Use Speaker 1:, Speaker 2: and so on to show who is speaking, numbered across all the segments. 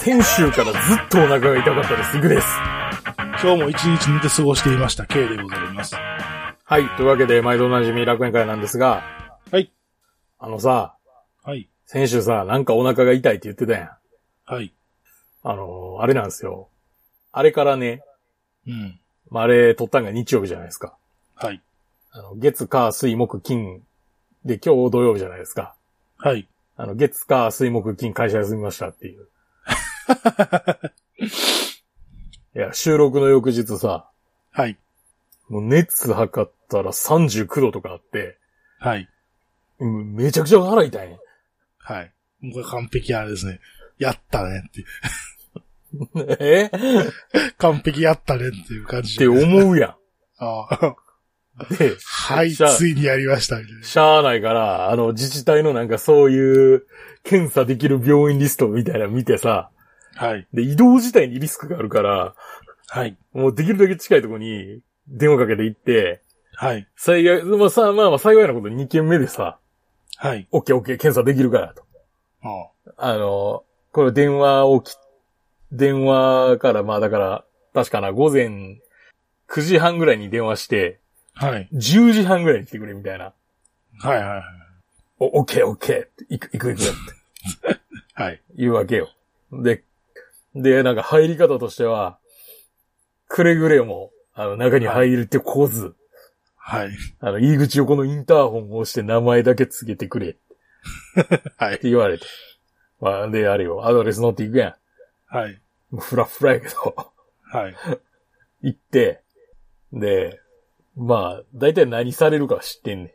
Speaker 1: 先週からずっとお腹が痛かったです。ぐです。
Speaker 2: 今日も一日寝て過ごしていました、K でございます。
Speaker 1: はい。というわけで、毎度おなじみ楽園会なんですが、
Speaker 2: はい。
Speaker 1: あのさ、
Speaker 2: はい。
Speaker 1: 先週さ、なんかお腹が痛いって言ってたやん。
Speaker 2: はい。
Speaker 1: あのーあれなんですよ。あれからね、
Speaker 2: うん。
Speaker 1: まあ、あれ撮ったんが日曜日じゃないですか。
Speaker 2: はい。
Speaker 1: あの、月、火、水、木、金で今日土曜日じゃないですか。
Speaker 2: はい。
Speaker 1: あの、月、火、水、木、金会社休みましたって いう。いや、収録の翌日さ、
Speaker 2: はい。
Speaker 1: もう熱測ったら39度とかあって、
Speaker 2: はい。
Speaker 1: うんめちゃくちゃ腹痛いね。
Speaker 2: はい。もうこれ完璧あれですね。やったねって。
Speaker 1: え
Speaker 2: 完璧やったねっていう感じ
Speaker 1: っ
Speaker 2: で
Speaker 1: て。思うや
Speaker 2: ああ
Speaker 1: ん。で、
Speaker 2: はい、
Speaker 1: じゃあ
Speaker 2: ついにやりましたみたいな。
Speaker 1: しゃあないから、あの、自治体のなんかそういう、検査できる病院リストみたいなの見てさ、
Speaker 2: はい。
Speaker 1: で、移動自体にリスクがあるから、
Speaker 2: はい。
Speaker 1: もうできるだけ近いところに電話かけて行って、
Speaker 2: はい。
Speaker 1: 最悪、まあさ、まあまあ幸いなことに2件目でさ、
Speaker 2: はい。
Speaker 1: オッケーオッケー検査できるからと。
Speaker 2: ああ
Speaker 1: あの、これ電話をき、電話から、まあだから、確かな、午前9時半ぐらいに電話して、
Speaker 2: はい。
Speaker 1: 10時半ぐらいに来てくれみたいな。
Speaker 2: はい。はい。
Speaker 1: お、オッケーオッケーって、行く行く行くって
Speaker 2: はい。
Speaker 1: 言うわけよ。で、で、なんか入り方としては、くれぐれも、あの、中に入るってこず、
Speaker 2: はい。
Speaker 1: あの、入り口横のインターホンを押して名前だけ告げてくれって
Speaker 2: はい。
Speaker 1: 言われて。まあ、で、あれよ、アドレス乗っていくやん。
Speaker 2: はい。
Speaker 1: もうフラフラやけど、
Speaker 2: はい。
Speaker 1: 行って、で、まあ、だいたい何されるか知ってんね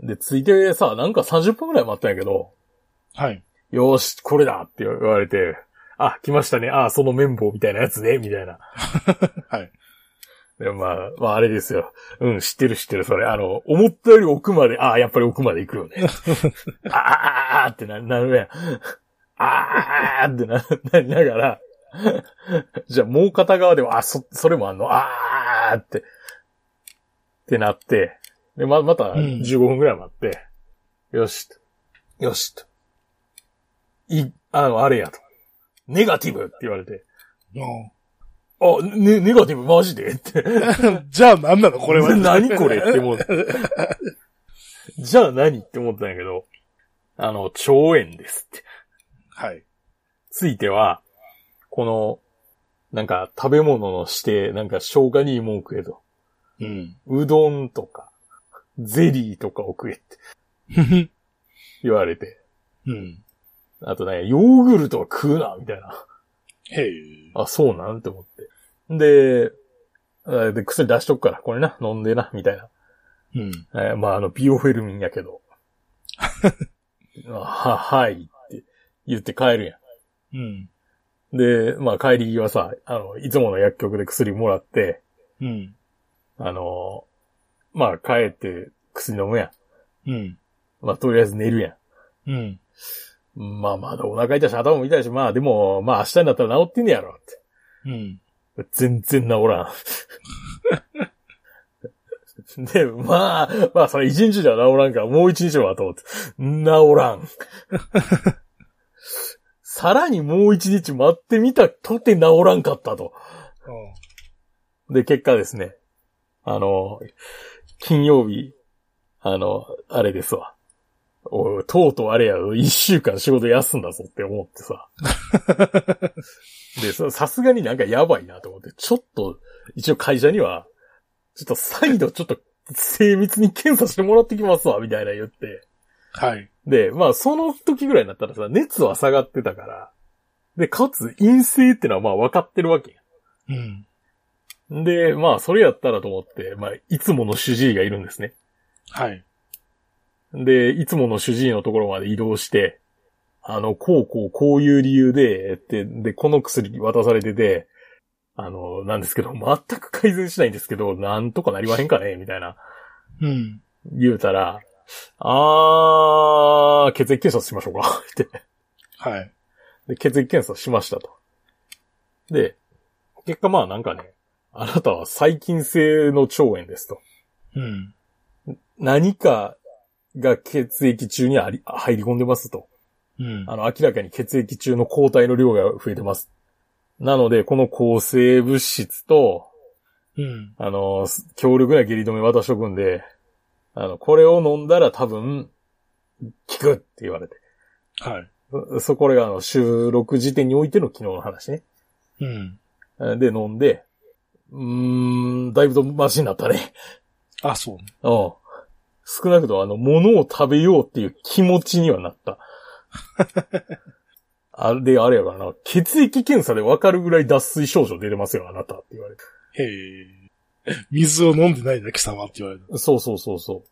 Speaker 2: うん。
Speaker 1: ん。で、ついてさ、なんか30分くらい待ったんやけど、
Speaker 2: はい。
Speaker 1: よーし、これだって言われて、あ、来ましたね、あ、その綿棒みたいなやつね、みたいな。
Speaker 2: はい。
Speaker 1: で、まあ、まあ、あれですよ。うん、知ってる知ってる、それ。あの、思ったより奥まで、ああ、やっぱり奥まで行くよね。ああ、ああ、あーってな、なるやん。ああ、ああ、ってな、なりながら、 じゃあもう片側では、あ、そ、それもあんの、ああ、って、ってなって、で、ま、また
Speaker 2: ん
Speaker 1: 15分くらい待って、よし、よし、と。い、あの、あれやと。ネガティブって言われて、あ、ね、ネガティブマジでって。
Speaker 2: ああ じゃあ何なのこれ は。
Speaker 1: 何これって思う。 じゃあ何って思ったんやけど、あの、腸炎ですって。
Speaker 2: はい。
Speaker 1: ついては、この、なんか食べ物の指定、なんか消化にいいもん食えと。
Speaker 2: うん。
Speaker 1: うどんとか、ゼリーとかを食えって言われて。
Speaker 2: うん。
Speaker 1: あとね、ヨーグルトは食うな、みたいな。
Speaker 2: へえ。
Speaker 1: あ、そうなんって思って。で、あで、薬出しとくから、これな、飲んでな、みたいな。
Speaker 2: うん。
Speaker 1: えーまあ、あの、ビオフェルミンやけど。は、はいって言って帰る
Speaker 2: うん。
Speaker 1: やん。で、まあ、帰り際さ、あの、いつもの薬局で薬もらって、
Speaker 2: うん。
Speaker 1: あのーまあ、帰って薬飲むや
Speaker 2: うん。
Speaker 1: ん。まあ、とりあえず寝るや
Speaker 2: うん。
Speaker 1: ん。まあ、まだお腹痛いし、頭も痛いし、まあ、でも、まあ、明日になったら治ってんねやろ、って。
Speaker 2: うん。
Speaker 1: 全然治らん。 で、まあ、まあ、それ一日じゃ治らんから、もう一日はと思って。治らん。さらにもう一日待ってみたとて治らんかったと。で、結果ですね。あの、金曜日、あの、あれですわ。おいとうとうあれやろ、一週間仕事休んだぞって思ってさ。で、そさすがになんかやばいなと思って、ちょっと、一応会社には、ちょっと再度ちょっと精密に検査してもらってきますわ、みたいな言って。
Speaker 2: はい。
Speaker 1: で、まあその時ぐらいになったらさ、熱は下がってたから、で、かつ陰性ってのはまあ分かってるわけや
Speaker 2: うん。
Speaker 1: で、まあ、それやったらと思って、まあ、いつもの主治医がいるんですね。
Speaker 2: はい。
Speaker 1: で、いつもの主治医のところまで移動して、あの、こうこう、こういう理由で、って、で、この薬渡されてて、あの、なんですけど、全く改善しないんですけど、なんとかなりまへんかねみたいな、
Speaker 2: うん。
Speaker 1: 言うたら、あー、血液検査しましょうか、 って。
Speaker 2: はい。
Speaker 1: で、血液検査しましたと。で、結果まあなんかね、あなたは細菌性の腸炎ですと。
Speaker 2: うん。
Speaker 1: 何かが血液中にあり、入り込んでますと。
Speaker 2: うん。
Speaker 1: あの、明らかに血液中の抗体の量が増えてます。なので、この抗生物質と、
Speaker 2: うん。
Speaker 1: あの、す強力な下痢止め渡しとくんで、あの、これを飲んだら多分、効くって言われて。
Speaker 2: はい。
Speaker 1: そ、そこれがあの、収録時点においての昨日の話ね。
Speaker 2: うん。
Speaker 1: で、飲んで、うーん、だいぶとマシになったね。
Speaker 2: あ、そ
Speaker 1: う
Speaker 2: う。
Speaker 1: ん。少なくともあの、物を食べようっていう気持ちにはなった。あれ、で、あれやからな、血液検査でわかるぐらい脱水症状出てますよ、あなたって言われて。
Speaker 2: へえ。 水を飲んでないんだ、貴様って言われた。
Speaker 1: そうそうそうそ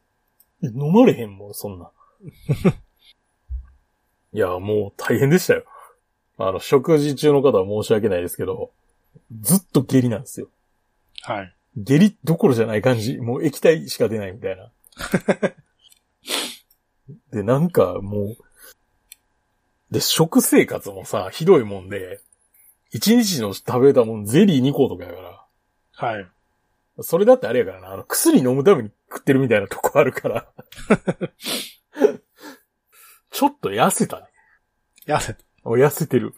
Speaker 1: う。え飲まれへんもん、そんな。いや、もう大変でしたよ。あの、食事中の方は申し訳ないですけど、ずっと下痢なんですよ。
Speaker 2: はい。
Speaker 1: 下痢どころじゃない感じ。もう液体しか出ないみたいな。で、なんかもう、で、食生活もさ、ひどいもんで、一日の食べたもんゼリー2個とかやか
Speaker 2: はい。
Speaker 1: ら、それだってあれやからな、あの、薬飲むために食ってるみたいなとこあるから。ちょっと痩せたね。
Speaker 2: 痩せた。
Speaker 1: お痩せてる。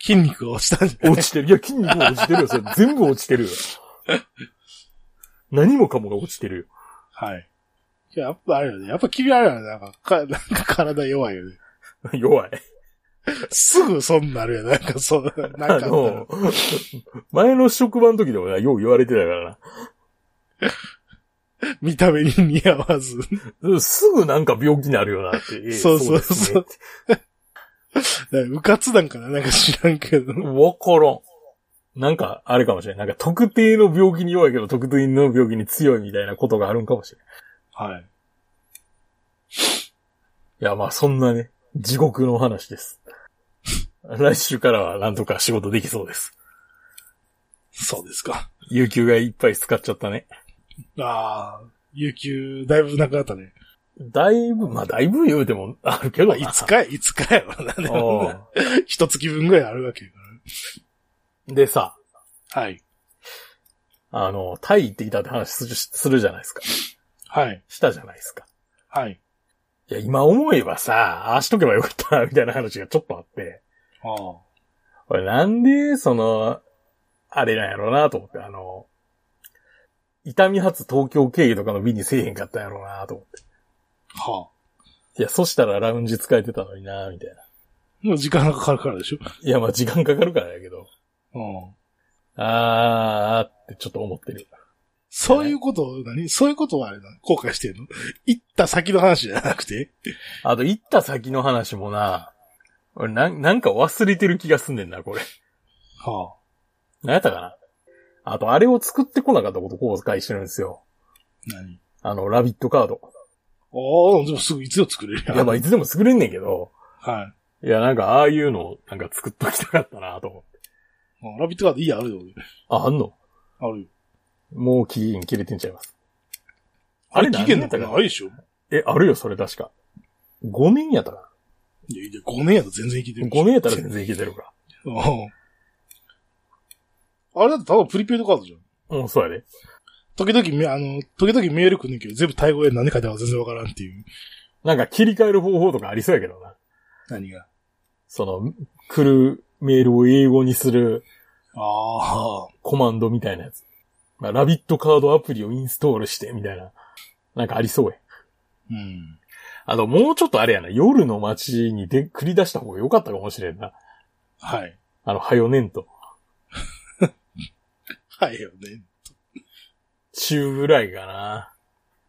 Speaker 2: 筋肉が落ちたんじゃない
Speaker 1: 落ちてる。いや、筋肉も落ちてるよ。それ全部落ちてるよ。何もかもが落ちてるよ。
Speaker 2: はい。いややっぱあれよね。やっぱ君あれよね。なんか、かなんか体弱いよね。
Speaker 1: 弱い。
Speaker 2: すぐそんなるよね。なんかそう、なんかあ
Speaker 1: あ
Speaker 2: ったら
Speaker 1: の、前の職場の時でもな、よう言われてたから
Speaker 2: 見た目に似合わず。
Speaker 1: な。すぐなんか病気になるよなって。ええ
Speaker 2: そうそうそう
Speaker 1: ですねって
Speaker 2: なんかうかつなんかななんか知らんけど。
Speaker 1: わからん。なんか、あれかもしれない。なんか特定の病気に弱いけど、特定の病気に強いみたいなことがあるんかもしれない。
Speaker 2: はい。
Speaker 1: いや、まあそんなね、地獄の話です。来週からはなんとか仕事できそうです。
Speaker 2: そうですか。
Speaker 1: 有給がいっぱい使っちゃったね。
Speaker 2: ああ、有給、だいぶなくなったね。
Speaker 1: だいぶ、まあだいぶ言うてもあるけど
Speaker 2: まあ、
Speaker 1: な。
Speaker 2: いつか、いつかやろな。でもね
Speaker 1: う
Speaker 2: 一月分ぐらいあるわけやか
Speaker 1: んでさ、
Speaker 2: ら。はい。
Speaker 1: あの、タイ行ってきたって話するするじゃないですか。
Speaker 2: はい。
Speaker 1: したじゃないですか。
Speaker 2: はい。
Speaker 1: いや、今思えばさ、ああしとけばよかったな、みたいな話がちょっとあって。
Speaker 2: ああ。
Speaker 1: 俺なんで、その、あれなんやろうなと思って、あの、痛み発東京経由とかの便にせえへんかったんやろうなと思っ
Speaker 2: はあ。
Speaker 1: て。いや、そしたらラウンジ使えてたのになみたいな。
Speaker 2: もう時間がかかるからでしょ。
Speaker 1: いや、まあ時間かかるからやけど。
Speaker 2: うん。
Speaker 1: あーってちょっと思ってる。
Speaker 2: そういうことを何、そういうことはあれだ。後悔してんの行った先の話じゃなくて
Speaker 1: あと、行った先の話もな、俺なん、なんか忘れてる気がすんねんな、これ。
Speaker 2: は
Speaker 1: なんやったかな。あと、あれを作ってこなかったこと後悔してるんですよ。
Speaker 2: あ。何
Speaker 1: あの、ラビットカード。
Speaker 2: ああ、でもすぐいつでも作れるやん。
Speaker 1: いや、まあ、いつでも作れんねんけど、
Speaker 2: はい
Speaker 1: や、なんか、ああいうの、なんか作っときたかったなと思って。
Speaker 2: い。うんラビットカードいいや、あるよ、俺
Speaker 1: あ、あんの
Speaker 2: あるよ。
Speaker 1: もう期限切れてんちゃいます。
Speaker 2: あ
Speaker 1: あれ
Speaker 2: れ期限
Speaker 1: 何年やっ
Speaker 2: なんか
Speaker 1: たかな
Speaker 2: ないでしょ
Speaker 1: え、あるよ、それ確か。5年やったか
Speaker 2: いや、いや5年やと全然いけて
Speaker 1: な。
Speaker 2: る。
Speaker 1: 5年やったら全然いけてるか
Speaker 2: うんあれだってただプリペイドカードじゃん。
Speaker 1: ら。うん、そうやで。
Speaker 2: 時々め、あの、時々メール来んねんけど、全部タイ語で何書いてあるか全然わからんっていう。
Speaker 1: なんか、切り替える方法とかありそうやけどな。
Speaker 2: 何が
Speaker 1: その、来るメールを英語にする
Speaker 2: ああ。
Speaker 1: コマンドみたいなやつ。まあ、ラビットカードアプリをインストールして、みたいな。なんかありそうや。
Speaker 2: うん。
Speaker 1: あと、もうちょっとあれやな、夜の街にで繰り出した方が良かったかもしれんな。
Speaker 2: はい。
Speaker 1: あの、はよねんと。
Speaker 2: はいよね。
Speaker 1: 中ぐらいかな。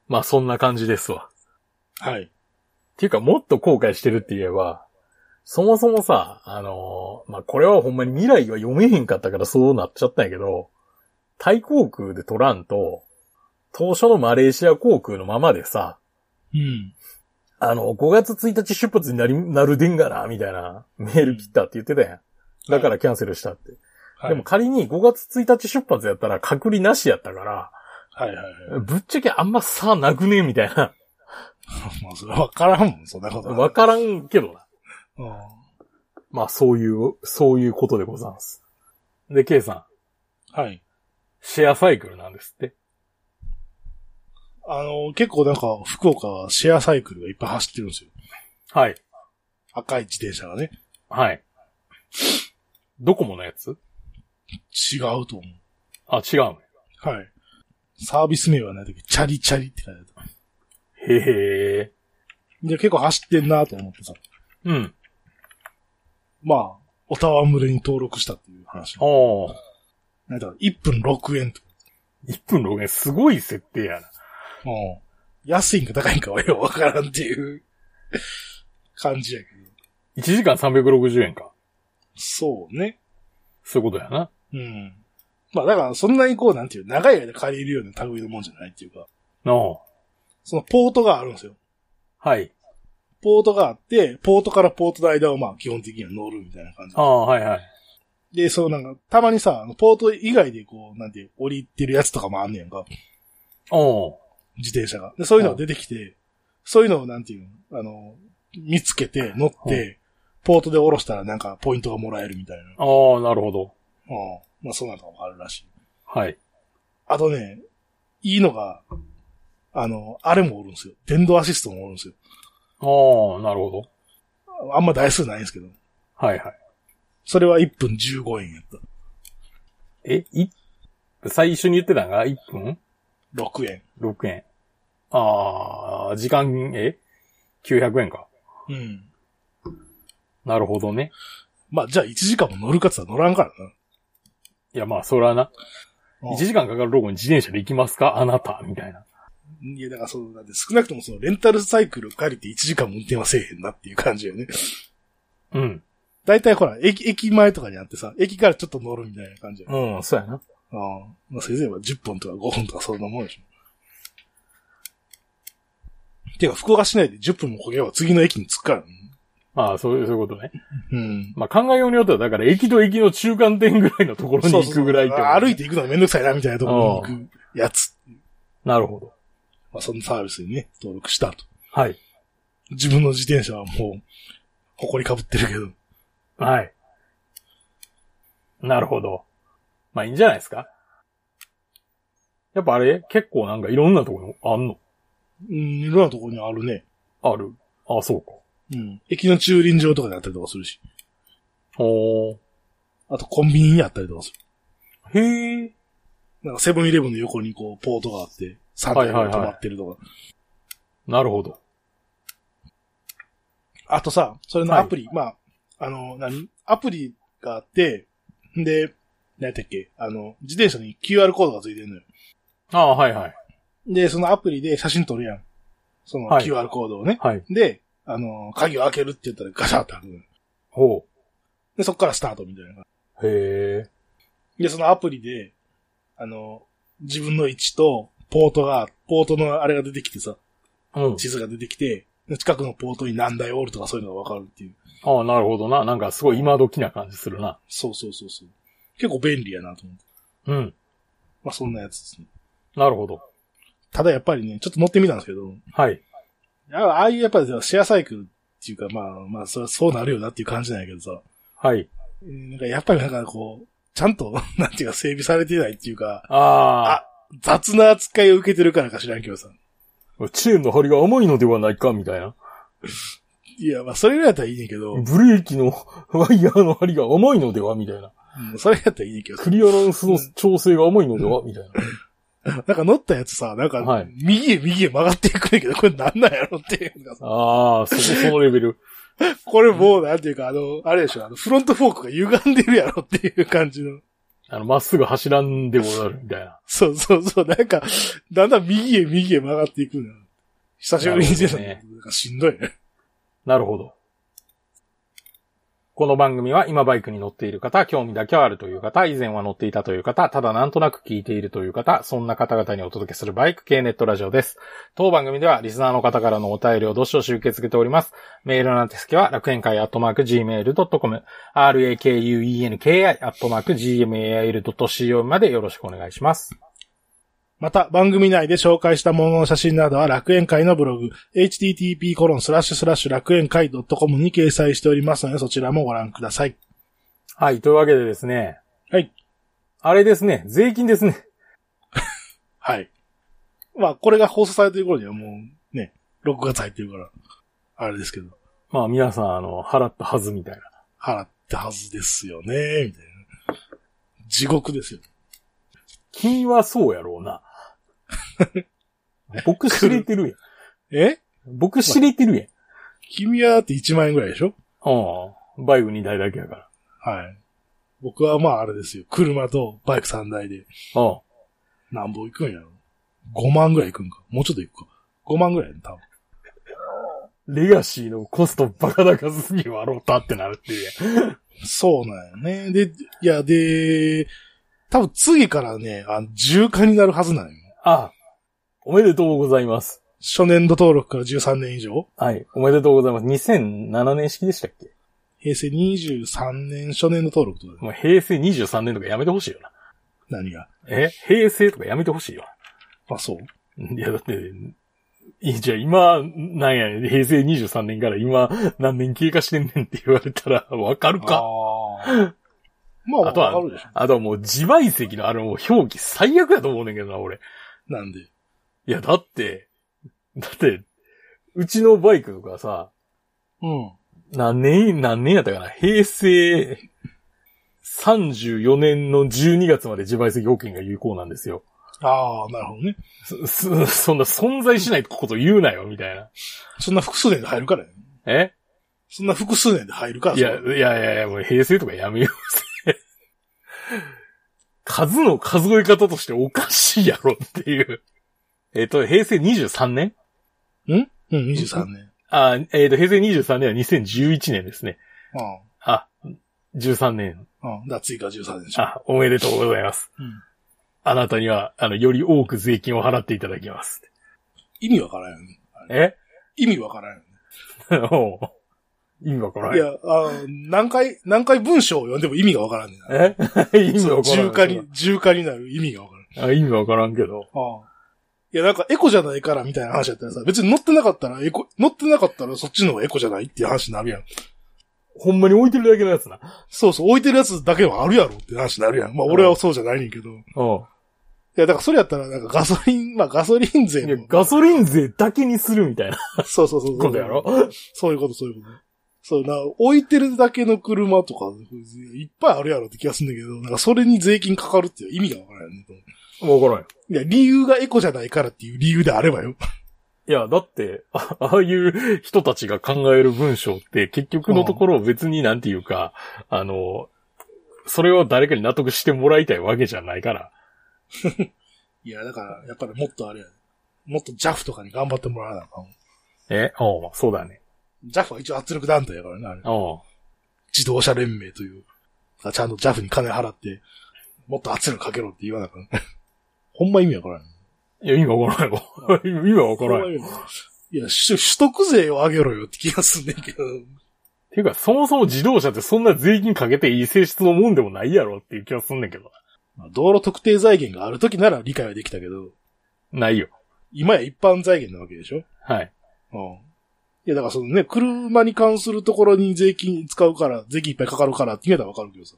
Speaker 1: まあ、そんな感じですわ。
Speaker 2: はい。
Speaker 1: っていうか、もっと後悔してるって言えば、そもそもさ、あのーまあ、これはほんまに未来が読めへんかったからそうなっちゃったんやけど、タイ航空で取らんと、当初のマレーシア航空のままでさ、
Speaker 2: うん。
Speaker 1: あの、5月1日出発になり、なるでんがな、みたいなメール切ったって言ってたやん。だからキャンセルしたって。
Speaker 2: はい、
Speaker 1: でも仮に5月1日出発やったら隔離なしやったか
Speaker 2: はいはい はい。
Speaker 1: ら、ぶっちゃけあんま差なくねみたいな。
Speaker 2: まあ、それはわからんもん、そんなことは。
Speaker 1: わからんけどな。
Speaker 2: うん。
Speaker 1: まあそういう、そういうことでございます。で、K さん、
Speaker 2: はい。
Speaker 1: シェアサイクルなんですって。
Speaker 2: あの、結構なんか、福岡はシェアサイクルがいっぱい走ってるんですよ。
Speaker 1: はい。
Speaker 2: 赤い自転車がね。
Speaker 1: はい。ドコモのやつ
Speaker 2: 違うと思
Speaker 1: あ、違うの
Speaker 2: う。はい。サービス名はないとき、チャリチャリって書いてあった。
Speaker 1: へえ。
Speaker 2: で、結構走ってんなと思ってさ。
Speaker 1: うん。
Speaker 2: まあ、おたわむれに登録したっていう話。
Speaker 1: ああ。
Speaker 2: なんだ、1分6円とか。
Speaker 1: 1分6円、すごい設定やな。
Speaker 2: うん安いんか高いんかはよ、 わからんっていう感じやけど。
Speaker 1: 1時間360円か。
Speaker 2: そうね。
Speaker 1: そういうことやな。
Speaker 2: うん。まあだから、そんなにこう、なんていう、長い間借りるような類のもんじゃないっていうか、
Speaker 1: の
Speaker 2: そのポートがあるんですよ。
Speaker 1: はい。
Speaker 2: ポートがあって、ポートからポートの間をまあ基本的には乗るみたいな感じ
Speaker 1: あ。あ、はいはい。
Speaker 2: で、そのなんか、たまにさ、あのポート以外でこう、なんていう、降りてるやつとかもあんねやんか、
Speaker 1: おう
Speaker 2: 自転車が。で、そういうのが出てきて、そういうのをなんていうの、あの、見つけて乗って、ポートで降ろしたらなんかポイントがもらえるみたいな。
Speaker 1: ああ、なるほど。
Speaker 2: うん。まあそうなのもあるらしい。
Speaker 1: はい。
Speaker 2: あとね、いいのが、あの、あれもおるんですよ。電動アシストもおるんですよ。
Speaker 1: ああ、なるほど。
Speaker 2: あんま台数ないんですけど。
Speaker 1: はいはい。
Speaker 2: それは1分15円やった。
Speaker 1: え、い、最初に言ってたのが1分
Speaker 2: 6円。
Speaker 1: ?6 円。ああ、時間、え ?900 円か。
Speaker 2: うん。
Speaker 1: なるほどね。
Speaker 2: まあ、じゃあ1時間も乗るかっつったら乗らんから
Speaker 1: いや、まあ、それはな。
Speaker 2: うん
Speaker 1: 1時間かかるロゴに自転車で行きますかあなた、みたいな。
Speaker 2: な。いや、だからそう、なんで少なくともそのレンタルサイクル借りて1時間も運転はせえへんなっていう感じよね。
Speaker 1: うん。
Speaker 2: だいたいほら、駅、駅前とかにあってさ、駅からちょっと乗るみたいな感じよ。
Speaker 1: うん、そうやな。
Speaker 2: ああ。まあ、せいぜいは10本とか5本とかそんなもんでしょ。てか、福岡市内で10分もこげば次の駅に着くからね。
Speaker 1: まあ、そういう、そういうことね。
Speaker 2: うん。
Speaker 1: まあ、考えようによっては、だから、駅と駅の中間点ぐらいのところに行くぐらいってことね
Speaker 2: 歩いて行くのはめんどくさいな、みたいなところに行くやつ。
Speaker 1: なるほど。
Speaker 2: まあ、そのサービスにね、登録したと。
Speaker 1: はい。
Speaker 2: 自分の自転車はもう、埃かぶってるけど。
Speaker 1: はい。なるほど。まあいいんじゃないですかやっぱあれ、結構なんかいろんなところにあんの
Speaker 2: うん、いろんなところにあるね。
Speaker 1: ある。あ、そうか。
Speaker 2: うん。駅の駐輪場とかであったりとかするし。
Speaker 1: おー。
Speaker 2: あと、コンビニにあったりとかする。
Speaker 1: へえ。
Speaker 2: なんか、セブンイレブンの横にこう、ポートがあって、3
Speaker 1: はい
Speaker 2: 台
Speaker 1: はいはい
Speaker 2: が止まってるとか。
Speaker 1: なるほど。
Speaker 2: あとさ、それのアプリ、まあ、あの、何アプリがあって、んで、何やったっけあの、自転車に QR コードがついてるのよ。
Speaker 1: ああ、はいはい。
Speaker 2: で、そのアプリで写真撮るやん。その
Speaker 1: はい
Speaker 2: QR コードをね。
Speaker 1: はい。
Speaker 2: で、あの、鍵を開けるって言ったらガシャって開くのよ。
Speaker 1: ほ
Speaker 2: で、そっからスタートみたいな。
Speaker 1: う。へえ。
Speaker 2: で、そのアプリで、あの、自分の位置と、ポートが、ポートのあれが出てきてさ、
Speaker 1: うん。
Speaker 2: 地図が出てきて、で近くのポートに何台おるとかそういうのがわかるっていう。
Speaker 1: ああ、なるほどな。なんかすごい今時な感じするな。
Speaker 2: そうそうそうそう。結構便利やなと思って。
Speaker 1: うん。
Speaker 2: まあ、そんなやつですね。
Speaker 1: なるほど。
Speaker 2: ただやっぱりね、ちょっと乗ってみたんですけど、
Speaker 1: はい。
Speaker 2: あああいうやっぱりさシェアサイクルっていうか、まあまあ、それはそうなるよなっていう感じなんやけどさ、
Speaker 1: はい。
Speaker 2: えーなんかやっぱりなんかこう、ちゃんと、 なんていうか整備されてないっていうか、
Speaker 1: あ
Speaker 2: 雑な扱いを受けてるからか知らんけどさ。
Speaker 1: あ。チェーンの針が甘いのではないか、みたいな。
Speaker 2: いや、まあそれぐらいやったらいいねんけど、
Speaker 1: ブレーキのワイヤーの針が甘いのでは、みたいな。
Speaker 2: うんそれやったらいいねんけどさ
Speaker 1: クリアランスの調整が甘いのではみたいな。
Speaker 2: なんか乗ったやつさ、な
Speaker 1: は
Speaker 2: んか
Speaker 1: い、
Speaker 2: 右へ右へ曲がっていくんやけど、これなんなんやろっていうかさ、
Speaker 1: ああ、そこ、そのレベル。
Speaker 2: これもうなんていうか、あの、あれでしょ、あの、フロントフォークが歪んでるやろっていう感じの。
Speaker 1: あの、まっすぐ走らんでもなるみたいな。
Speaker 2: そうそうそう、なんか、だんだん右へ右へ曲がっていくのよ。久しぶりに出たの
Speaker 1: なるほ
Speaker 2: なんかしんどいね。
Speaker 1: なるほど。この番組は今バイクに乗っている方、興味だけはあるという方、以前は乗っていたという方、ただなんとなく聞いているという方、そんな方々にお届けするバイク系ネットラジオです。当番組ではリスナーの方からのお便りをどしどし受け付けております。メールの宛先は楽園会アットマーク gmail.com、rakuenki アットマーク gmail.co までよろしくお願いします。
Speaker 2: また、番組内で紹介したものの写真などは楽園会のブログ、http コロンスラッシュスラッシュ楽園会 .com に掲載しておりますので、そちらもご覧ください。
Speaker 1: はい、というわけでですね。
Speaker 2: はい。
Speaker 1: あれですね、税金ですね。
Speaker 2: はい。まあ、これが放送されてる頃にはもう、ね、6月入ってるから、あれですけど。
Speaker 1: まあ皆さん、あの、払ったはずみたいな。
Speaker 2: 払ったはずですよね、みたいな。地獄ですよ。
Speaker 1: 君はそうやろう な。僕知れてるやん。
Speaker 2: え
Speaker 1: 僕知れてるやん。
Speaker 2: 君はだって1万円ぐらいでしょ
Speaker 1: うん。バイク2台だけやか
Speaker 2: はい。僕はまああれですよ。車とバイク3台で。
Speaker 1: ら。うん。
Speaker 2: なんぼ行くんやろ。5万ぐらい行くんか。もうちょっと行くか。5万ぐらいやね多分。
Speaker 1: レガシーのコストバカ高すぎるわろうたってなるっていうやん。
Speaker 2: そうなんよね。で、いや、で、多分次からね、あの、重課になるはずなんよ。
Speaker 1: あ、おめでとうございます。
Speaker 2: 初年度登録から13年以上
Speaker 1: はい、おめでとうございます。2007年式でしたっけ
Speaker 2: 平成23年初年度登録ってことか
Speaker 1: もう平成23年とかやめてほしいよな。
Speaker 2: 何が
Speaker 1: え平成とかやめてほしいよ
Speaker 2: あ、そう
Speaker 1: な。いや、だって、いやじゃあ今、なんやねん、平成23年から今、何年経過してんねんって言われたら、わかるか。
Speaker 2: あーまあ、
Speaker 1: あとは
Speaker 2: わかるでしょ。
Speaker 1: あとはもう自賠責のあの表記最悪やと思うねんけどな、俺。
Speaker 2: なんで。
Speaker 1: いや、だって、だって、うちのバイクとかさ、
Speaker 2: うん。
Speaker 1: 何年、何年やったかな平成34年の12月まで自賠責保険が有効なんですよ。
Speaker 2: ああ、なるほどね。
Speaker 1: そ、そそんな存在しないこと言うなよ、みたいな。
Speaker 2: そんな複数年で入るからね。
Speaker 1: え
Speaker 2: そんな複数年で入るから。
Speaker 1: いや、
Speaker 2: そ
Speaker 1: いうやいやいや、もう平成とかやめようぜ。数の数え方としておかしいやろっていう。えっと、平成23年
Speaker 2: うん、23年。
Speaker 1: あ、えっと、平成23年は2011年ですね。
Speaker 2: う
Speaker 1: あ、13年。
Speaker 2: ん。うん。だから次から13年でしょ。
Speaker 1: あ、おめでとうございます。
Speaker 2: うん
Speaker 1: あなたには、あの、より多く税金を払っていただきます。
Speaker 2: 意味わからんよね。
Speaker 1: え
Speaker 2: 意味わからんよね。
Speaker 1: おう意味わからん。
Speaker 2: いや、あー何回、何回文章を読んでも意味がわからんねんな。
Speaker 1: え 意味わからん。
Speaker 2: 重化に、重化になる意味がわからん。
Speaker 1: あ。意味わからんけど。
Speaker 2: ああいや、なんかエコじゃないからみたいな話やったらさ、別に乗ってなかったらエコ、乗ってなかったらそっちの方がエコじゃないっていう話になるやん。
Speaker 1: ほんまに置いてるだけのやつな。
Speaker 2: そうそう、置いてるやつだけはあるやろって話になるやん。まあ
Speaker 1: うん
Speaker 2: 俺はそうじゃないねんけど。い
Speaker 1: うん。
Speaker 2: や、だからそれやったらなんかガソリン、まあガソリン税
Speaker 1: いや
Speaker 2: の。
Speaker 1: ガソリン税だけにするみたいな
Speaker 2: そうそうそうそう。
Speaker 1: ことやろ
Speaker 2: そういうこと、そういうこと。そうな、置いてるだけの車とか、いっぱいあるやろって気がするんだけど、なんかそれに税金かかるっていう意味がわからんねんと。
Speaker 1: わからんよ。
Speaker 2: いや、理由がエコじゃないからっていう理由であればよ。
Speaker 1: いや、だって、あああいう人たちが考える文章って結局のところ別になんていうか、あの、それを誰かに納得してもらいたいわけじゃないから。
Speaker 2: いや、だから、やっぱりもっとあれやね。もっと JAF とかに頑張ってもらわなあかん。
Speaker 1: えおうそうだね。
Speaker 2: JAF は一応圧力団体やからね、あれ。
Speaker 1: おう
Speaker 2: 自動車連盟という。ちゃんと JAF に金払って、もっと圧力かけろって言わなあかん。 ほんま意味わからん。
Speaker 1: いや、意味わからんよ。意味わからん
Speaker 2: ほんま
Speaker 1: よ。
Speaker 2: 意味わからんいや、し取得税を上げろよって気がすんねんけど。
Speaker 1: ていうか、そもそも自動車ってそんな税金かけていい性質のもんでもないやろっていう気がすんねんけど。
Speaker 2: まあ道路特定財源がある時なら理解はできたけど、
Speaker 1: ないよ。
Speaker 2: 今や一般財源なわけでしょ
Speaker 1: はい。
Speaker 2: うん。いや、だからそのね、車に関するところに税金使うから、税金いっぱいかかるからって言うたらわかるけどさ。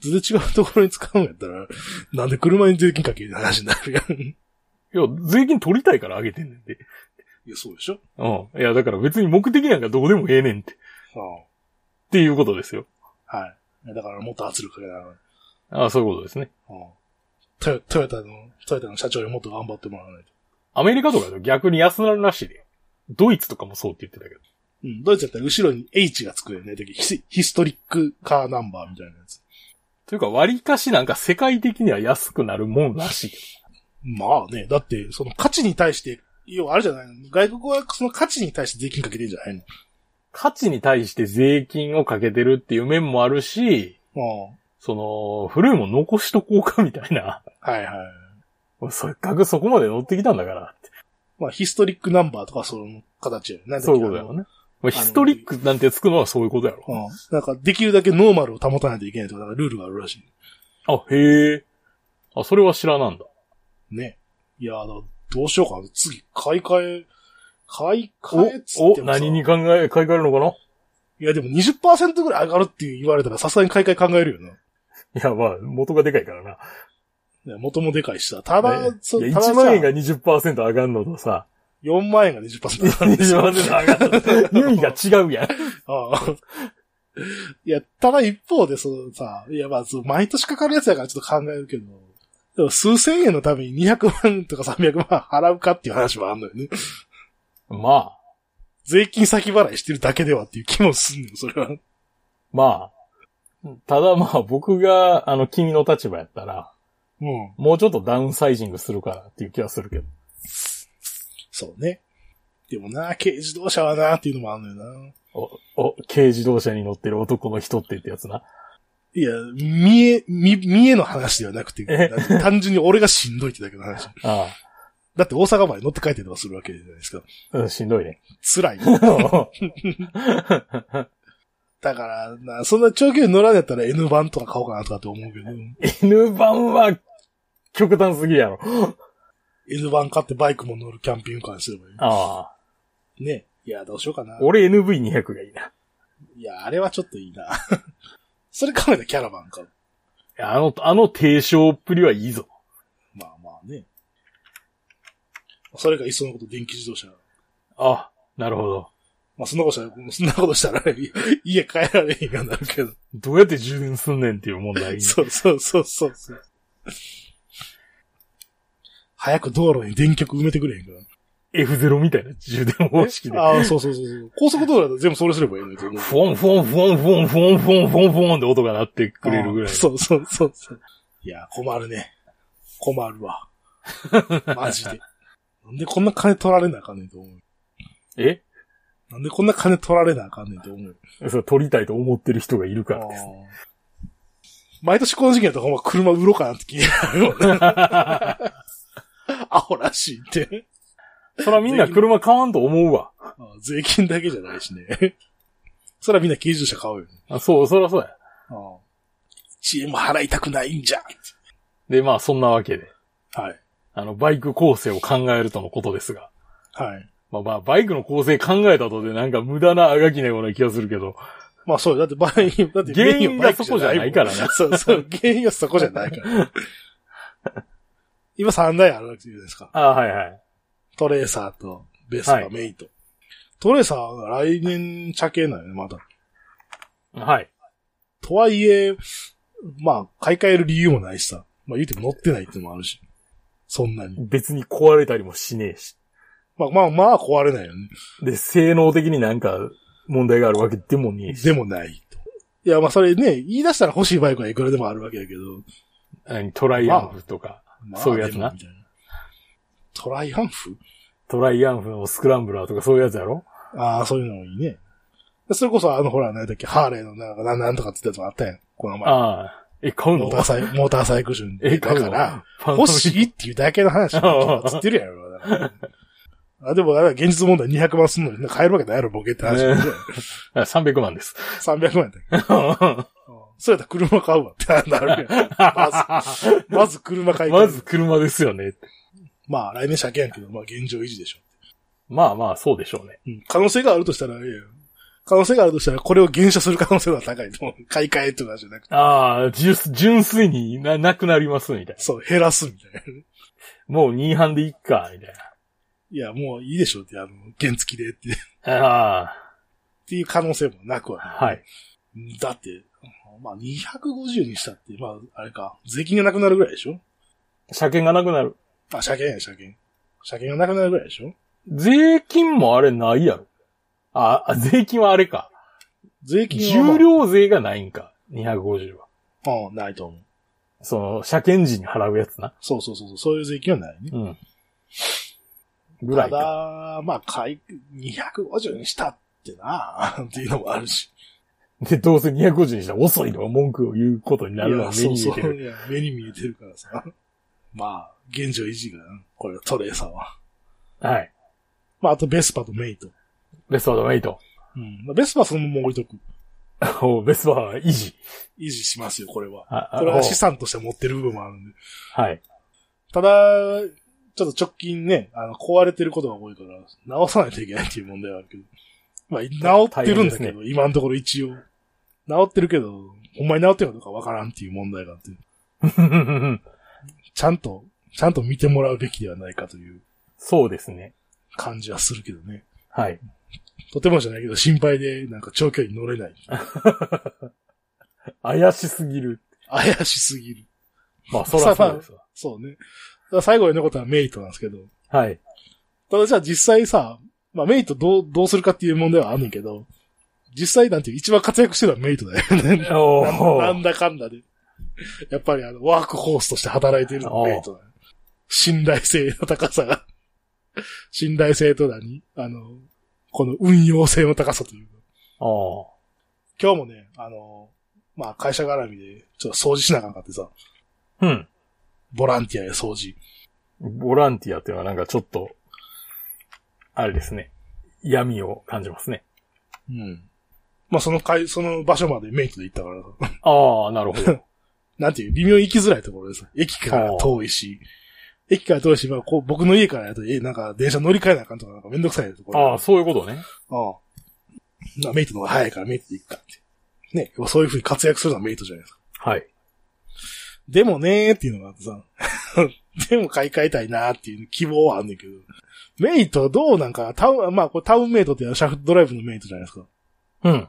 Speaker 2: 全然違うところに使うんやったら、なんで車に税金かける話になるやん。い
Speaker 1: いや、税金取りたいから上げてんねんて。
Speaker 2: や、そうでしょ
Speaker 1: うん。いや、だから別に目的なんかどうでもええねんって。っていうことですよ。
Speaker 2: うん。はいいや。だからもっと圧力かけながら。うん。
Speaker 1: ああ、そういうことですね。
Speaker 2: トヨトヨタの、トヨタの社長にもっと頑張ってもらわないと。
Speaker 1: アメリカとかだと逆に安なるらしいで。ドイツとかもそうって言ってたけど。
Speaker 2: うん。ドイツだったら後ろに H がつくよね。ヒスヒストリックカーナンバーみたいなやつ。
Speaker 1: というか、割かしなんか世界的には安くなるもんらしいけ
Speaker 2: まあね、だって、その価値に対して、要はあれじゃないの外国はその価値に対して税金かけてんじゃないの
Speaker 1: ど。価値に対して税金をかけてるっていう面もあるし、
Speaker 2: うん。
Speaker 1: その、古いもん残しとこうかみたいな。
Speaker 2: はいはい。
Speaker 1: もうせっかくそこまで乗ってきたんだからって。
Speaker 2: まあ、ヒストリックナンバーとかその形やよね。
Speaker 1: そういうことやろね。まあ、ヒストリックなんてつくのはそういうことやろ。
Speaker 2: うん。なんか、できるだけノーマルを保たないといけないとか、なんかルールがあるらし
Speaker 1: あ、へえ。あ、それは知らなんだ。
Speaker 2: い。ね。いやー、だからどうしようかな。次、買い替え、買い
Speaker 1: お
Speaker 2: 替えっつっ
Speaker 1: お
Speaker 2: て、もさ
Speaker 1: 何に考え、買い替えるのかない
Speaker 2: や、でも20%ぐらい上がるって言われたら、さすがに買い替え考えるよな。
Speaker 1: いや、まあ、元がでかいからな。
Speaker 2: ね元もでかいしさ。ただ、
Speaker 1: ね
Speaker 2: そ
Speaker 1: いや
Speaker 2: ただ
Speaker 1: 1
Speaker 2: さ
Speaker 1: 万円が20%上がるのとさ、
Speaker 2: い4万円が20%だからね。
Speaker 1: 20%上がった。意味が違うやん。
Speaker 2: ああ。いや、ただ一方で、そのさ、いや、まあ、そう毎年かかるやつやからちょっと考えるけど、でも数千円のために200万とか300万払うかっていう話もあんのよね。
Speaker 1: まあ、
Speaker 2: 税金先払いしてるだけではっていう気もすんのよ、それは。
Speaker 1: まあ。ただまあ、僕が、あの、君の立場やったら、
Speaker 2: うん。
Speaker 1: もうちょっとダウンサイジングするからっていう気はするけど。
Speaker 2: そうね。でもな、軽自動車はな、っていうのもあんのよな。
Speaker 1: お、お、軽自動車に乗ってる男の人ってってやつな。
Speaker 2: いや、見え、見、見えの話ではなくて、
Speaker 1: え
Speaker 2: なんか単純に俺がしんどいってだけの話。
Speaker 1: あ
Speaker 2: だって大阪まで乗って帰ってとかするわけじゃないですか。
Speaker 1: あ、うん、しんどいね。
Speaker 2: 辛い。
Speaker 1: う
Speaker 2: だからな、そんな長距離乗らんやったら N 版とか買おうかなとかって思うけど、
Speaker 1: ん N 版は、極端すぎやろ。
Speaker 2: N 版買ってバイクも乗るキャンピングカーにすればい
Speaker 1: ああ。
Speaker 2: い。ね。いや、どうしようかな。
Speaker 1: 俺 NV200 がいいな。
Speaker 2: いや、あれはちょっといいな。 それ考えたらキャラバン買う。
Speaker 1: いやあの、あの低唱っぷりはいいぞ。
Speaker 2: まあまあね。それかいっそのこと電気自動車。
Speaker 1: あ、なるほど。
Speaker 2: まあそんなことしたら、そんなことしたら家帰られへんようになるけど。
Speaker 1: どうやって充電すんねんっていう問題に。
Speaker 2: そうそうそうそうそう。早く道路に電極埋めてくれへんか
Speaker 1: F0 みたいな充電方式で
Speaker 2: な。。ああ、そうそうそうそう。高速道路だと全部それすればいいのにと思う。
Speaker 1: フォンフォンフォンフォンフォンフォンフォンフォンって音が鳴ってくれるぐらい。
Speaker 2: そうそうそうそう。いや、困るね。困るわ。 マジで。なんでこんな金取られなあかんねんと思う。
Speaker 1: え
Speaker 2: なんでこんな金取られなあかんねんと思う。
Speaker 1: それ撮りたいと思ってる人がいるからです。
Speaker 2: あー毎年この時期やったらほんま車売ろうかなって気になるよ ね。アホらしいって。
Speaker 1: そらみんな車買わんと思うわ。
Speaker 2: あー税金だけじゃないしね。そらみんな軽自動車買おうよね。
Speaker 1: あそう、そらそうや。
Speaker 2: 1円も払いたくないんじゃん。
Speaker 1: で、まあそんなわけで、
Speaker 2: はい。
Speaker 1: あの、バイク構成を考えるとのことですが。
Speaker 2: はい。
Speaker 1: まあまあ、バイクの構成考えたとでなんか無駄なあがきなような気がするけど。
Speaker 2: まあそうよ。だって場合に、だってメインはバイクも
Speaker 1: 原因がそこ
Speaker 2: ん
Speaker 1: じゃないからな
Speaker 2: そうそう。原因がそこじゃないから。 今3台あるわけじゃないですか。
Speaker 1: ああ、はいはい。
Speaker 2: トレーサーと、ベスパ、
Speaker 1: はい
Speaker 2: メイト。トレーサーは来年茶系なんよね、まだ。
Speaker 1: はい。
Speaker 2: とはいえ、まあ、買い替える理由もないしさ。まあ言うても乗ってないってのもあるし。そんなに。
Speaker 1: 別に壊れたりもしねえし。
Speaker 2: まあまあまあ壊れないよね。
Speaker 1: で、性能的になんか問題があるわけでもねえし。
Speaker 2: でもないと。いや、まあそれね、言い出したら欲しいバイクはいくらでもあるわけだけど。
Speaker 1: 何トライアンフとか。
Speaker 2: まあ
Speaker 1: そういうやつな
Speaker 2: でもみたいトライアンフ
Speaker 1: トライアンフのスクランブラーとかそういうやつやろ
Speaker 2: ああ、そういうのもいいね。それこそあのほら、何だっけ、ハーレーのなんかなんなんとかって言ったやつもあったやん。この前。
Speaker 1: ああ。え、買う
Speaker 2: モ
Speaker 1: の
Speaker 2: ータ ーサイ、モーターサイクル順
Speaker 1: え、
Speaker 2: で。
Speaker 1: 買
Speaker 2: だ
Speaker 1: うの
Speaker 2: から、、
Speaker 1: ファン
Speaker 2: 欲しいっていうだけの話
Speaker 1: ああ
Speaker 2: つってるやろ。だからあでも、だから現実問題200万すんのに買えるわけないやろ、ボケって話で。
Speaker 1: ねあ300万 です。
Speaker 2: 300万やったっけそうやったら車買うわってな るやん。まず、まず車買い替え
Speaker 1: ま
Speaker 2: る
Speaker 1: ず車ですよね。
Speaker 2: まあ、来年車検やけど、まあ、現状維持でしょ。
Speaker 1: まあまあ、そうでしょうね。
Speaker 2: うん可能性があるとしたら、いや可能性があるとしたら、これを減車する可能性は高いと思う。買い替えとかじゃなくて。
Speaker 1: ああ、じゅ純粋にな、なくなります、みたいな。
Speaker 2: そう、減らすみたいな。
Speaker 1: もう2班でいっか、みたい
Speaker 2: いや、もういいでしょって、あの、原付きでって、っ
Speaker 1: な。あ
Speaker 2: ていう可能性もなくは
Speaker 1: あ、
Speaker 2: な
Speaker 1: はい。
Speaker 2: い。だって、まあ、250にしたって、まあ、あれか、税金がなくなるぐらいでしょ
Speaker 1: 車検がなくなる。
Speaker 2: あ、車検や、車検。車検がなくなるぐらいでしょ
Speaker 1: 税金もあれないやろ。あ、あ税金はあれか。
Speaker 2: 税金は、まあ、
Speaker 1: 重量税がないんか。250は。
Speaker 2: うん、ないと思う。
Speaker 1: その、車検時に払うやつな。
Speaker 2: そうそうそうそう、そういう税金はないね。
Speaker 1: うん。ぐらい
Speaker 2: た
Speaker 1: か。
Speaker 2: だ、まあ、買い、250にしたってな、っていうのもあるし。
Speaker 1: で、どうせ250にしたら遅いとか文句を言うことになるの
Speaker 2: いや
Speaker 1: は目に見
Speaker 2: そ
Speaker 1: え
Speaker 2: う
Speaker 1: て
Speaker 2: そう
Speaker 1: る。
Speaker 2: いや目に見えてるからさ。まあ、現状維持がな、これトレーサーは。
Speaker 1: はい。
Speaker 2: まあ、あとベスパとメイト。
Speaker 1: ベストはメイト。
Speaker 2: うん。まあ、ベスパはそのまま置いとく。
Speaker 1: おベストは維持。
Speaker 2: 維持しますよ、これは。
Speaker 1: ああ
Speaker 2: これ
Speaker 1: お
Speaker 2: は資産として持ってる部分もあるんで。
Speaker 1: はい。
Speaker 2: ただ、ちょっと直近ね、あの、壊れてることが多いから、直さないといけないっていう問題はあるけど。まあ、直ってるんだ
Speaker 1: 大変
Speaker 2: け
Speaker 1: で
Speaker 2: ど、今のところ一応。直ってるけど、ほんまに直ってるのかわからんっていう問題があって、ちゃんと、ちゃんと見てもらうべきではないかという
Speaker 1: そうですね。
Speaker 2: 感じはするけどね。
Speaker 1: はい。
Speaker 2: とてもじゃないけど、心配で、なんか長距離乗れない。
Speaker 1: 怪しすぎる。
Speaker 2: 怪しすぎる。
Speaker 1: まあ、そらそう ですわ。
Speaker 2: そうね。だから最後に残ったのはメイトなんですけど。
Speaker 1: はい。
Speaker 2: ただじゃあ実際さ、まあメイトどう、どうするかっていう問題はあんねんけど、実際なんて一番活躍してるのはメイトだよね。
Speaker 1: お
Speaker 2: な
Speaker 1: ー
Speaker 2: んだかんだで。やっぱりあの、ワークホースとして働いてるのはメイトだね。信頼性の高さが。信頼性と何あの、この運用性の高さというか。
Speaker 1: おー
Speaker 2: 今日もね、あの、まあ会社絡みで、ちょっと掃除しなあかんかってさ、
Speaker 1: うん。
Speaker 2: ボランティアや掃除。
Speaker 1: ボランティアっていうのはなんかちょっと、あれですね。闇を感じますね。
Speaker 2: うん。まあその会、その場所までメイトで行ったからさ、
Speaker 1: ああ、なるほど。
Speaker 2: なんていう、微妙に行きづらいところです。駅から遠いし、駅から遠いし、まあ、こう、僕の家からやと、え、なんか、電車乗り換えなあかんとか、なんかめんどくさいと こ
Speaker 1: ああ、
Speaker 2: ろ。
Speaker 1: そういうことね。
Speaker 2: ああ。なメイトの方が早いからメイトで行くかって。ね、そういう風に活躍するのはメイトじゃないですか。
Speaker 1: はい。
Speaker 2: でもねーっていうのがあってさ、 でも買い替えたいなーっていう希望はあんねんけど、メイトどうなんかな、タウン、まあ、これタウンメイトっていうのはシャフトドライブのメイトじゃないですか。
Speaker 1: うん。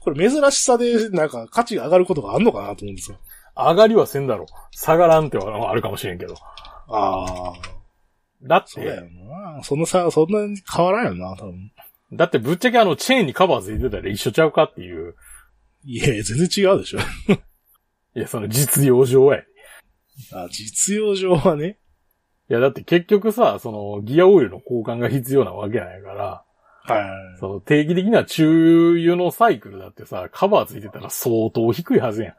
Speaker 2: これ珍しさで、なんか価値が上がることがあんのかなと思うんですよ。
Speaker 1: 上がりはせんだろ。下がらんってはあるかもしれんけど。
Speaker 2: ああ。
Speaker 1: だっ
Speaker 2: そうだ
Speaker 1: て、
Speaker 2: よな。そんなさ、そんなに変わらんよな、多分。
Speaker 1: だってぶっちゃけあのチェーンにカバーついてたら一緒ちゃうかっていう。
Speaker 2: いや、全然違うでしょ。
Speaker 1: いや、その実用上や。い
Speaker 2: あ実用上はね。
Speaker 1: や、だって結局さ、そのギアオイルの交換が必要なわけないから、
Speaker 2: はい。
Speaker 1: その定期的な中油のサイクルだってさ、カバーついてたら相当低いはずやん。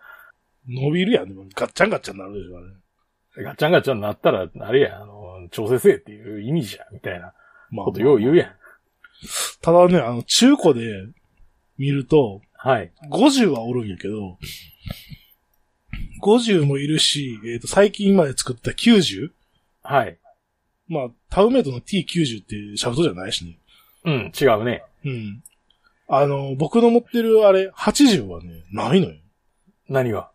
Speaker 2: 伸びるやん。でもガッチャンガッチャンになるでしょ、あれ。
Speaker 1: ガチャンガチャンなったら、あれや、あの、調整せえっていう意味じゃ、みたいな
Speaker 2: まあ
Speaker 1: ことよう言うやん。
Speaker 2: ただね、あの、中古で見ると、
Speaker 1: はい。
Speaker 2: 50はおるんやけど、50もいるし、えっ、と、最近まで作った90。
Speaker 1: はい。
Speaker 2: まあ、タウンメイトの T90 ってシャフトじゃないしね。
Speaker 1: うん、違うね。
Speaker 2: うん。あの、僕の持ってるあれ、80はね、ないのよ。
Speaker 1: 何が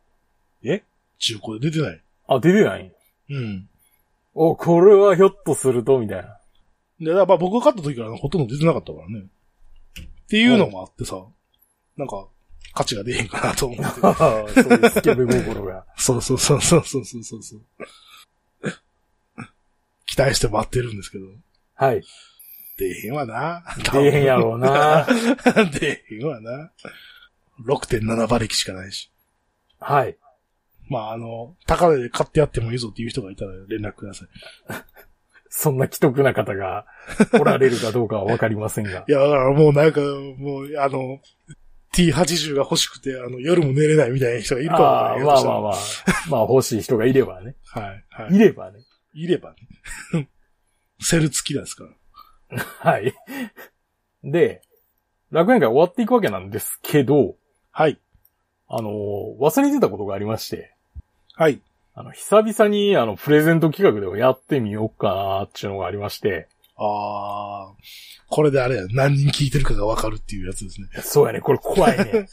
Speaker 2: 中古で出てない。
Speaker 1: あ、出てない
Speaker 2: うん。
Speaker 1: お、これはひょっとすると、みたいな。
Speaker 2: で、だからまあ僕が買った時からほとんど出てなかったからね。っていうのもあってさ、なんか、価値が出へんかな と思って。
Speaker 1: そういうスケベ心が。
Speaker 2: そうそうそうそうそうそうそうそう。期待して待ってるんですけど。
Speaker 1: はい。
Speaker 2: 出へんわな。
Speaker 1: 出えへんやろうな。
Speaker 2: 出へんわな。6.7馬力しかないし。
Speaker 1: はい。
Speaker 2: まああの、高値で買ってやってもいいぞっていう人がいたら連絡ください。
Speaker 1: そんな既得な方がおられるかどうかはわかりませんが。
Speaker 2: いや、だからもうなんか、もう、あの、T80 が欲しくて、あの、夜も寝れないみたいな人 がいるかも
Speaker 1: ああ、
Speaker 2: ね
Speaker 1: まあまあまあ。 まあ欲しい人がいればね。
Speaker 2: はい、はい。
Speaker 1: いればね。
Speaker 2: いればね。 セル付きですから。
Speaker 1: はい。で、楽園会終わっていくわけなんですけど、
Speaker 2: はい。
Speaker 1: あの、忘れてたことがありまして、
Speaker 2: はい。
Speaker 1: あの、久々にあの、プレゼント企画でもやってみようかなっていうのがありまして、
Speaker 2: あー。これであれや、何人聞いてるかがわかるっていうやつですね。
Speaker 1: そうやね、これ怖いね。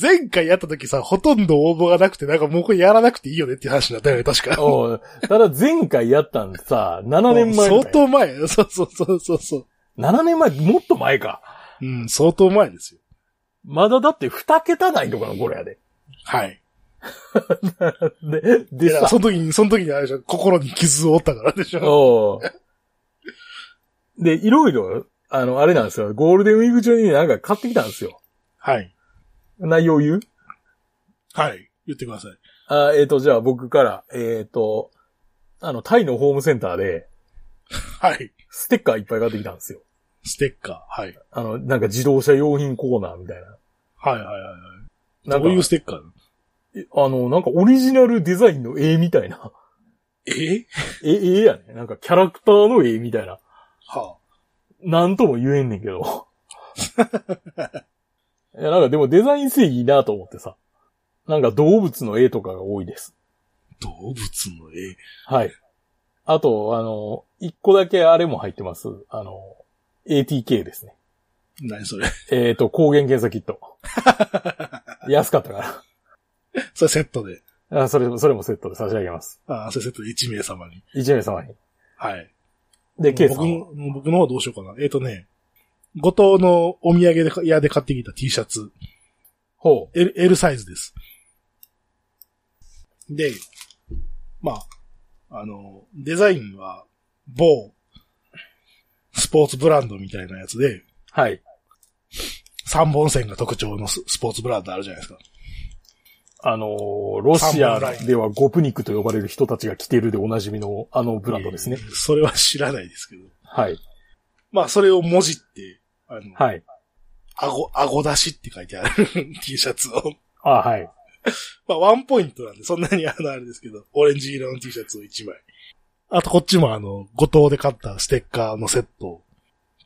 Speaker 2: 前回やった時さ、ほとんど応募がなくて、なんかもうこれやらなくていいよねっていう話になったよね、確か。
Speaker 1: おうただ前回やったんさ、7年前
Speaker 2: もう
Speaker 1: ぐ
Speaker 2: 相
Speaker 1: らい。
Speaker 2: 当前。 そうそうそうそうそう。
Speaker 1: 7年前、もっと前か。
Speaker 2: うん、相当前ですよ。
Speaker 1: まだだって2桁台とかの頃やで。
Speaker 2: はい。
Speaker 1: で、
Speaker 2: い
Speaker 1: で
Speaker 2: や、
Speaker 1: さ、
Speaker 2: その時に、その時にあれでしょ、心に傷を負ったからでし ょ。
Speaker 1: おうで、いろいろ、あの、あれなんですよ。ゴールデンウィーク中になんか買ってきたんですよ。
Speaker 2: はい。
Speaker 1: 内容言う
Speaker 2: はい。言ってください。
Speaker 1: あえっ、と、じゃあ僕から、えっ、と、あの、タイのホームセンターで、
Speaker 2: はい。
Speaker 1: ステッカーいっぱい買ってきたんですよ。
Speaker 2: ステッカー。はい。
Speaker 1: あの、なんか自動車用品コーナーみたいな。
Speaker 2: はいはいはいはい。
Speaker 1: なん
Speaker 2: ど
Speaker 1: か
Speaker 2: ういうステッカーなの
Speaker 1: あの、なんかオリジナルデザインの絵みたいな。
Speaker 2: え
Speaker 1: え、絵やね。なんかキャラクターの絵みたいな。
Speaker 2: は
Speaker 1: なんとも言えんねんけど。 いや、なんかでもデザイン性いいなと思ってさ。なんか動物の絵とかが多いです。
Speaker 2: あ、動物の絵。
Speaker 1: はい。あと、あの、一個だけあれも入ってます。あの、ATK ですね。
Speaker 2: 何それ
Speaker 1: えっ、と、抗原検査キット。安かったか
Speaker 2: それセットで。
Speaker 1: ら。あそれ、それもセットで差し上げます。
Speaker 2: ああ、それセットで1名様に。
Speaker 1: 一名様に。
Speaker 2: はい。
Speaker 1: で、ケイさん
Speaker 2: 僕
Speaker 1: は。
Speaker 2: の僕の方どうしようかな。えっ、とね、後藤のお土産で屋で買ってきた T シャツ、
Speaker 1: ほ
Speaker 2: L, L サイズです。で、まあ、あの、デザインは某スポーツブランドみたいなやつで、
Speaker 1: う。はい。
Speaker 2: 三本線が特徴のススポーツブランドあるじゃないですか。
Speaker 1: あのーロシアではゴプニクと呼ばれる人たちが着てるでおなじみのあのブランドですね
Speaker 2: え。ーそれは知らないですけど。
Speaker 1: はい。
Speaker 2: まあ、それを文字って、あの、
Speaker 1: はい。
Speaker 2: 顎、顎出しって書いてある T シャツを。
Speaker 1: あはい。
Speaker 2: まあ、ワンポイントなんで、そんなにあの、あれですけど、オレンジ色の T シャツを1枚。あと、こっちもあの、五島で買ったステッカーのセット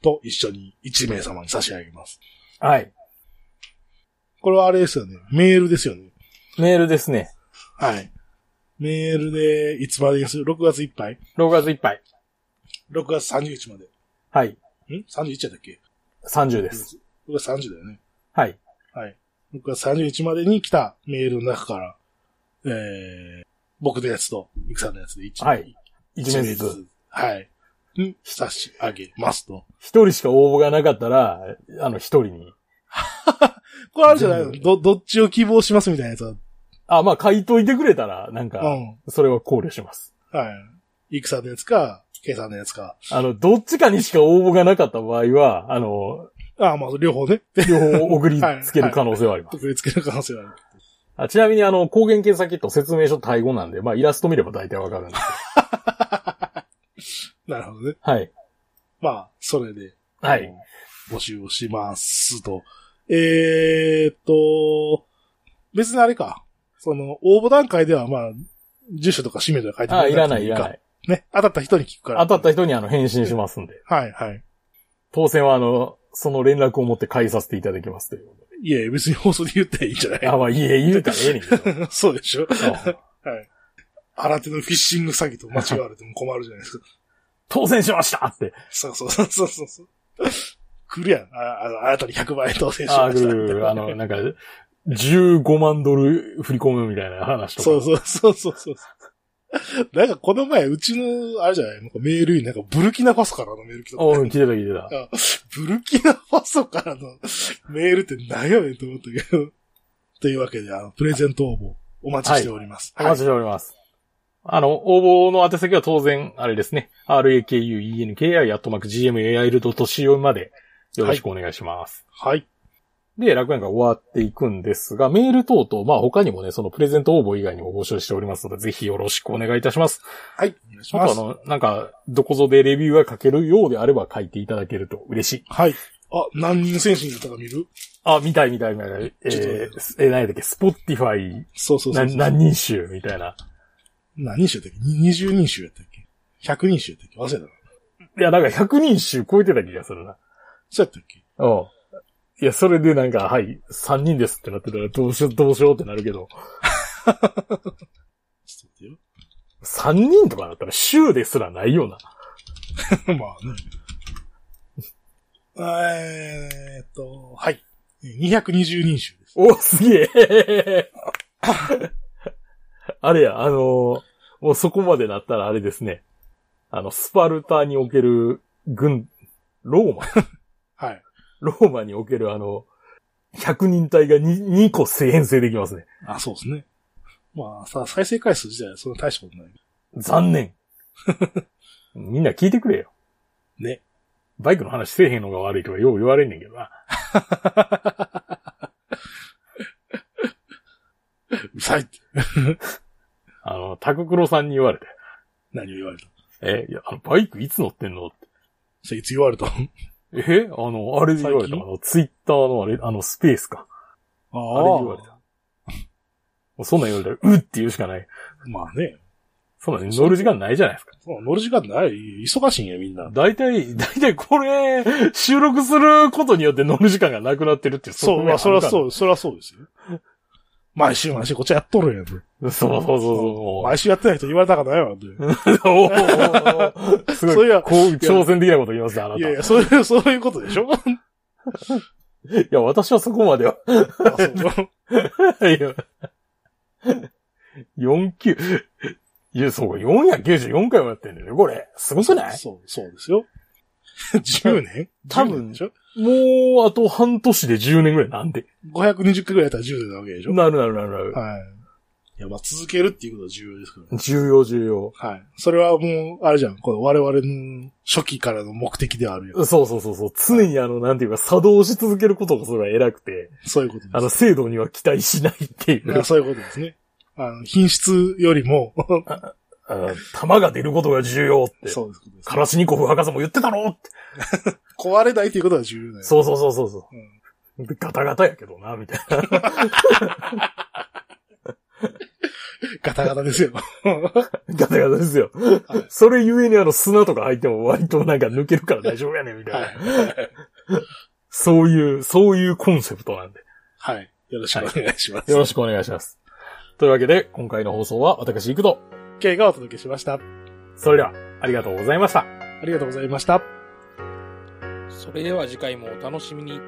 Speaker 2: と一緒に1名様に差し上げます。
Speaker 1: はい。
Speaker 2: これはあれですよね。メールですよね。
Speaker 1: メールですね。
Speaker 2: はい。メールで、いつまでにする ?6 月いっぱい
Speaker 1: 6月いっぱい。
Speaker 2: ?6 月30日まで。
Speaker 1: はい。
Speaker 2: ん ?31 やったっけ
Speaker 1: 30
Speaker 2: ?6
Speaker 1: です。
Speaker 2: 月30だよね。
Speaker 1: はい。
Speaker 2: はい。6月30日までに来たメールの中から、えー、僕のやつと、いくさんのやつで1名。
Speaker 1: はい1名ずつ。。
Speaker 2: はい。に差し上げますと。
Speaker 1: 1人しか応募がなかったら、あの、1人に。
Speaker 2: これあるじゃないの
Speaker 1: 全
Speaker 2: ど、どっちを希望しますみたいなやつは。
Speaker 1: あ、まあ、書いといてくれたら、なん
Speaker 2: う
Speaker 1: か、
Speaker 2: ん。
Speaker 1: それは考慮します。
Speaker 2: はい。いくさんのやつか、けいさんのやつか。
Speaker 1: あの、どっちかにしか応募がなかった場合は、あの、
Speaker 2: ああ、まあ、両方ね。
Speaker 1: 両方送りつける可能性はあります。
Speaker 2: 送りつける可能性はある。
Speaker 1: あちなみに、あの、抗原検査キット説明書対語なんで、まあ、イラスト見れば大体わかるんですけど。
Speaker 2: なるほどね。
Speaker 1: はい。
Speaker 2: まあ、それで。
Speaker 1: は
Speaker 2: あ
Speaker 1: い。
Speaker 2: の。募集をしますと。えーっと、別にあれか。その、応募段階では、まあ、住所とか氏名とか書いて
Speaker 1: あ、いらない、い
Speaker 2: く
Speaker 1: ら
Speaker 2: か
Speaker 1: ない。
Speaker 2: ね。当たった人に聞くから。
Speaker 1: 当たった人にあの、返信しますんで。
Speaker 2: はい、はい。
Speaker 1: 当選はあの、その連絡を持って返させていただきますというこ
Speaker 2: いや、別に放送で言ったらいいんじゃ
Speaker 1: とで。あ、
Speaker 2: な
Speaker 1: まあ、いいえ、言うたらええねんけど。
Speaker 2: い そうでしょ
Speaker 1: そう
Speaker 2: 新手のフィッシング詐欺と間違われても困るじゃないですか。
Speaker 1: 当選しましたって。
Speaker 2: そうそうそうそうそうそう。来るやん。あ、あの、あなたに100倍当 選し
Speaker 1: あ
Speaker 2: ま
Speaker 1: ー、ぐ
Speaker 2: し
Speaker 1: る
Speaker 2: た
Speaker 1: ぐる
Speaker 2: みた
Speaker 1: ぐ
Speaker 2: い
Speaker 1: る、
Speaker 2: な。
Speaker 1: あの、なんか、15万ドル振り込むみたいな話とか。
Speaker 2: そうそうそうそうそう。なんかこの前、うちの、あれじゃない、なんかメールになんかブルキナファソからのメール来た。
Speaker 1: おう、来てた来てた。
Speaker 2: あブルキナファソからのメールって何やねんと思ったけど。というわけで、あの、プレゼント応募お待ちしております。
Speaker 1: お待ちしております。あの、応募の宛先は当然、あれですね。rakuenki.gmail.co までよろしくお願いします。
Speaker 2: はい。はい。
Speaker 1: で、楽園が終わっていくんですが、メール等々、まあ他にもね、そのプレゼント応募以外にも募集しておりますので、ぜひよろしくお願いいたします。
Speaker 2: はい。お願いし
Speaker 1: あ
Speaker 2: ま
Speaker 1: とあ
Speaker 2: す。
Speaker 1: の、なんか、どこぞでレビューが書けるようであれば書いていただけると嬉しい。
Speaker 2: はい。あ、何人選手になったか見る
Speaker 1: あ、見たい見たい見たい。え
Speaker 2: ちょっと
Speaker 1: ー、えー、何やったっけ、スポッティファイ、
Speaker 2: そうそうそう
Speaker 1: な
Speaker 2: そう。
Speaker 1: 何人集みたいな。
Speaker 2: 何人衆やったっけに ?20 人衆やったっけ ?100 人衆やったっけ忘れたな。
Speaker 1: いや、なんか100人集超えてた気がするな。
Speaker 2: そうやったっけ
Speaker 1: うん。いや、それでなんか、はい、3人ですってなってたら、どうしよう、どうしようってなるけど、
Speaker 2: ちょっと待
Speaker 1: 3人とかだったら週ですらないような。
Speaker 2: ってよ。 まあね。 えーっと、はい。220人衆です。
Speaker 1: お、すげえ あれや、あのーもうそこまでなったらあれですね。あの、スパルタにおける軍、ローマ、
Speaker 2: はい。
Speaker 1: ローマにおけるあの、100人隊が 2, 2個編成できますね。
Speaker 2: あ、そうですね。まあ、さ、再生回数自体はそんな大したことない。
Speaker 1: 残念。 みんな聞いてくれよ。
Speaker 2: ね。
Speaker 1: バイクの話せえへんのが悪いとかよう言われんねんけどな。
Speaker 2: うるさいって。
Speaker 1: あの、タククロさんに言われて。
Speaker 2: 何を言われた
Speaker 1: え、いや、あの、バイクいつ乗ってんのって。
Speaker 2: それいつ言われた あ
Speaker 1: えあの、あれで言われた。あ
Speaker 2: 最近
Speaker 1: の、ツイッターのあれ、あの、スペースか。あれで言われた。もうそんなん言われたら、うって言うしかない。
Speaker 2: まあね。
Speaker 1: そんなん乗る時間ないじゃないですか。
Speaker 2: そう乗る時間ない。忙しいんや、みんな。
Speaker 1: 大体、大体これ、収録することによって乗る時間がなくなってるっていう。。
Speaker 2: そう、まあ、そりゃそうう、そりゃそうですよ。毎週毎週こっちやっとるやん。
Speaker 1: そうそうそうそう
Speaker 2: 毎週やってない人言われたかないわ、って。
Speaker 1: おー。 す
Speaker 2: そ
Speaker 1: ご
Speaker 2: う
Speaker 1: い
Speaker 2: いや、
Speaker 1: こう、挑戦的なこと言いますね、あなた。
Speaker 2: いやいや、そういう、 そういうこと でしょあ
Speaker 1: いや、私はそこまでは。
Speaker 2: そう
Speaker 1: いや。4級、いや、そう、494回もやってんだよね、これ。すごくない
Speaker 2: そう、そうです よ。10年
Speaker 1: 多
Speaker 2: 10年
Speaker 1: 分
Speaker 2: でしょ
Speaker 1: もう、あと半年で10年ぐらいなんで。
Speaker 2: ?520 回ぐらいやったら10年なわけでしょ
Speaker 1: なるなるなるなる。
Speaker 2: はい。いや、まあ、続けるっていうことは重要ですからね。
Speaker 1: 重要重要。
Speaker 2: はい。それはもう、あれじゃん。これ我々の初期からの目的ではあるよ。
Speaker 1: そうそうそうそう。常にあの、なんていうか、作動し続けることがそれは偉くて、
Speaker 2: そういうことです。
Speaker 1: あの、制度には期待しないってい
Speaker 2: いや
Speaker 1: う。
Speaker 2: そういうことですね。あの、品質よりも、
Speaker 1: あの弾が出ることが重要って。
Speaker 2: そういうことです
Speaker 1: カラシニコフ博士も言ってたろって。
Speaker 2: 壊れないということは重要だよ。
Speaker 1: そうそうそうそうそう、でガタガタやけどな、み たいな。
Speaker 2: ガタガ タですよ。
Speaker 1: ガタガタですよ。
Speaker 2: はい
Speaker 1: それゆえにあの砂とか入っても割となんか抜けるから大丈夫やねん、みたいな。
Speaker 2: はい。
Speaker 1: そういう、そういうコンセプトなんで。
Speaker 2: はい。よろしくお願いします。
Speaker 1: よろしくお願いします。というわけで、今回の放送は私行くと。
Speaker 2: K がお届けしました。
Speaker 1: それでは、ありがとうございました。
Speaker 2: ありがとうございました。
Speaker 3: それでは次回もお楽しみに。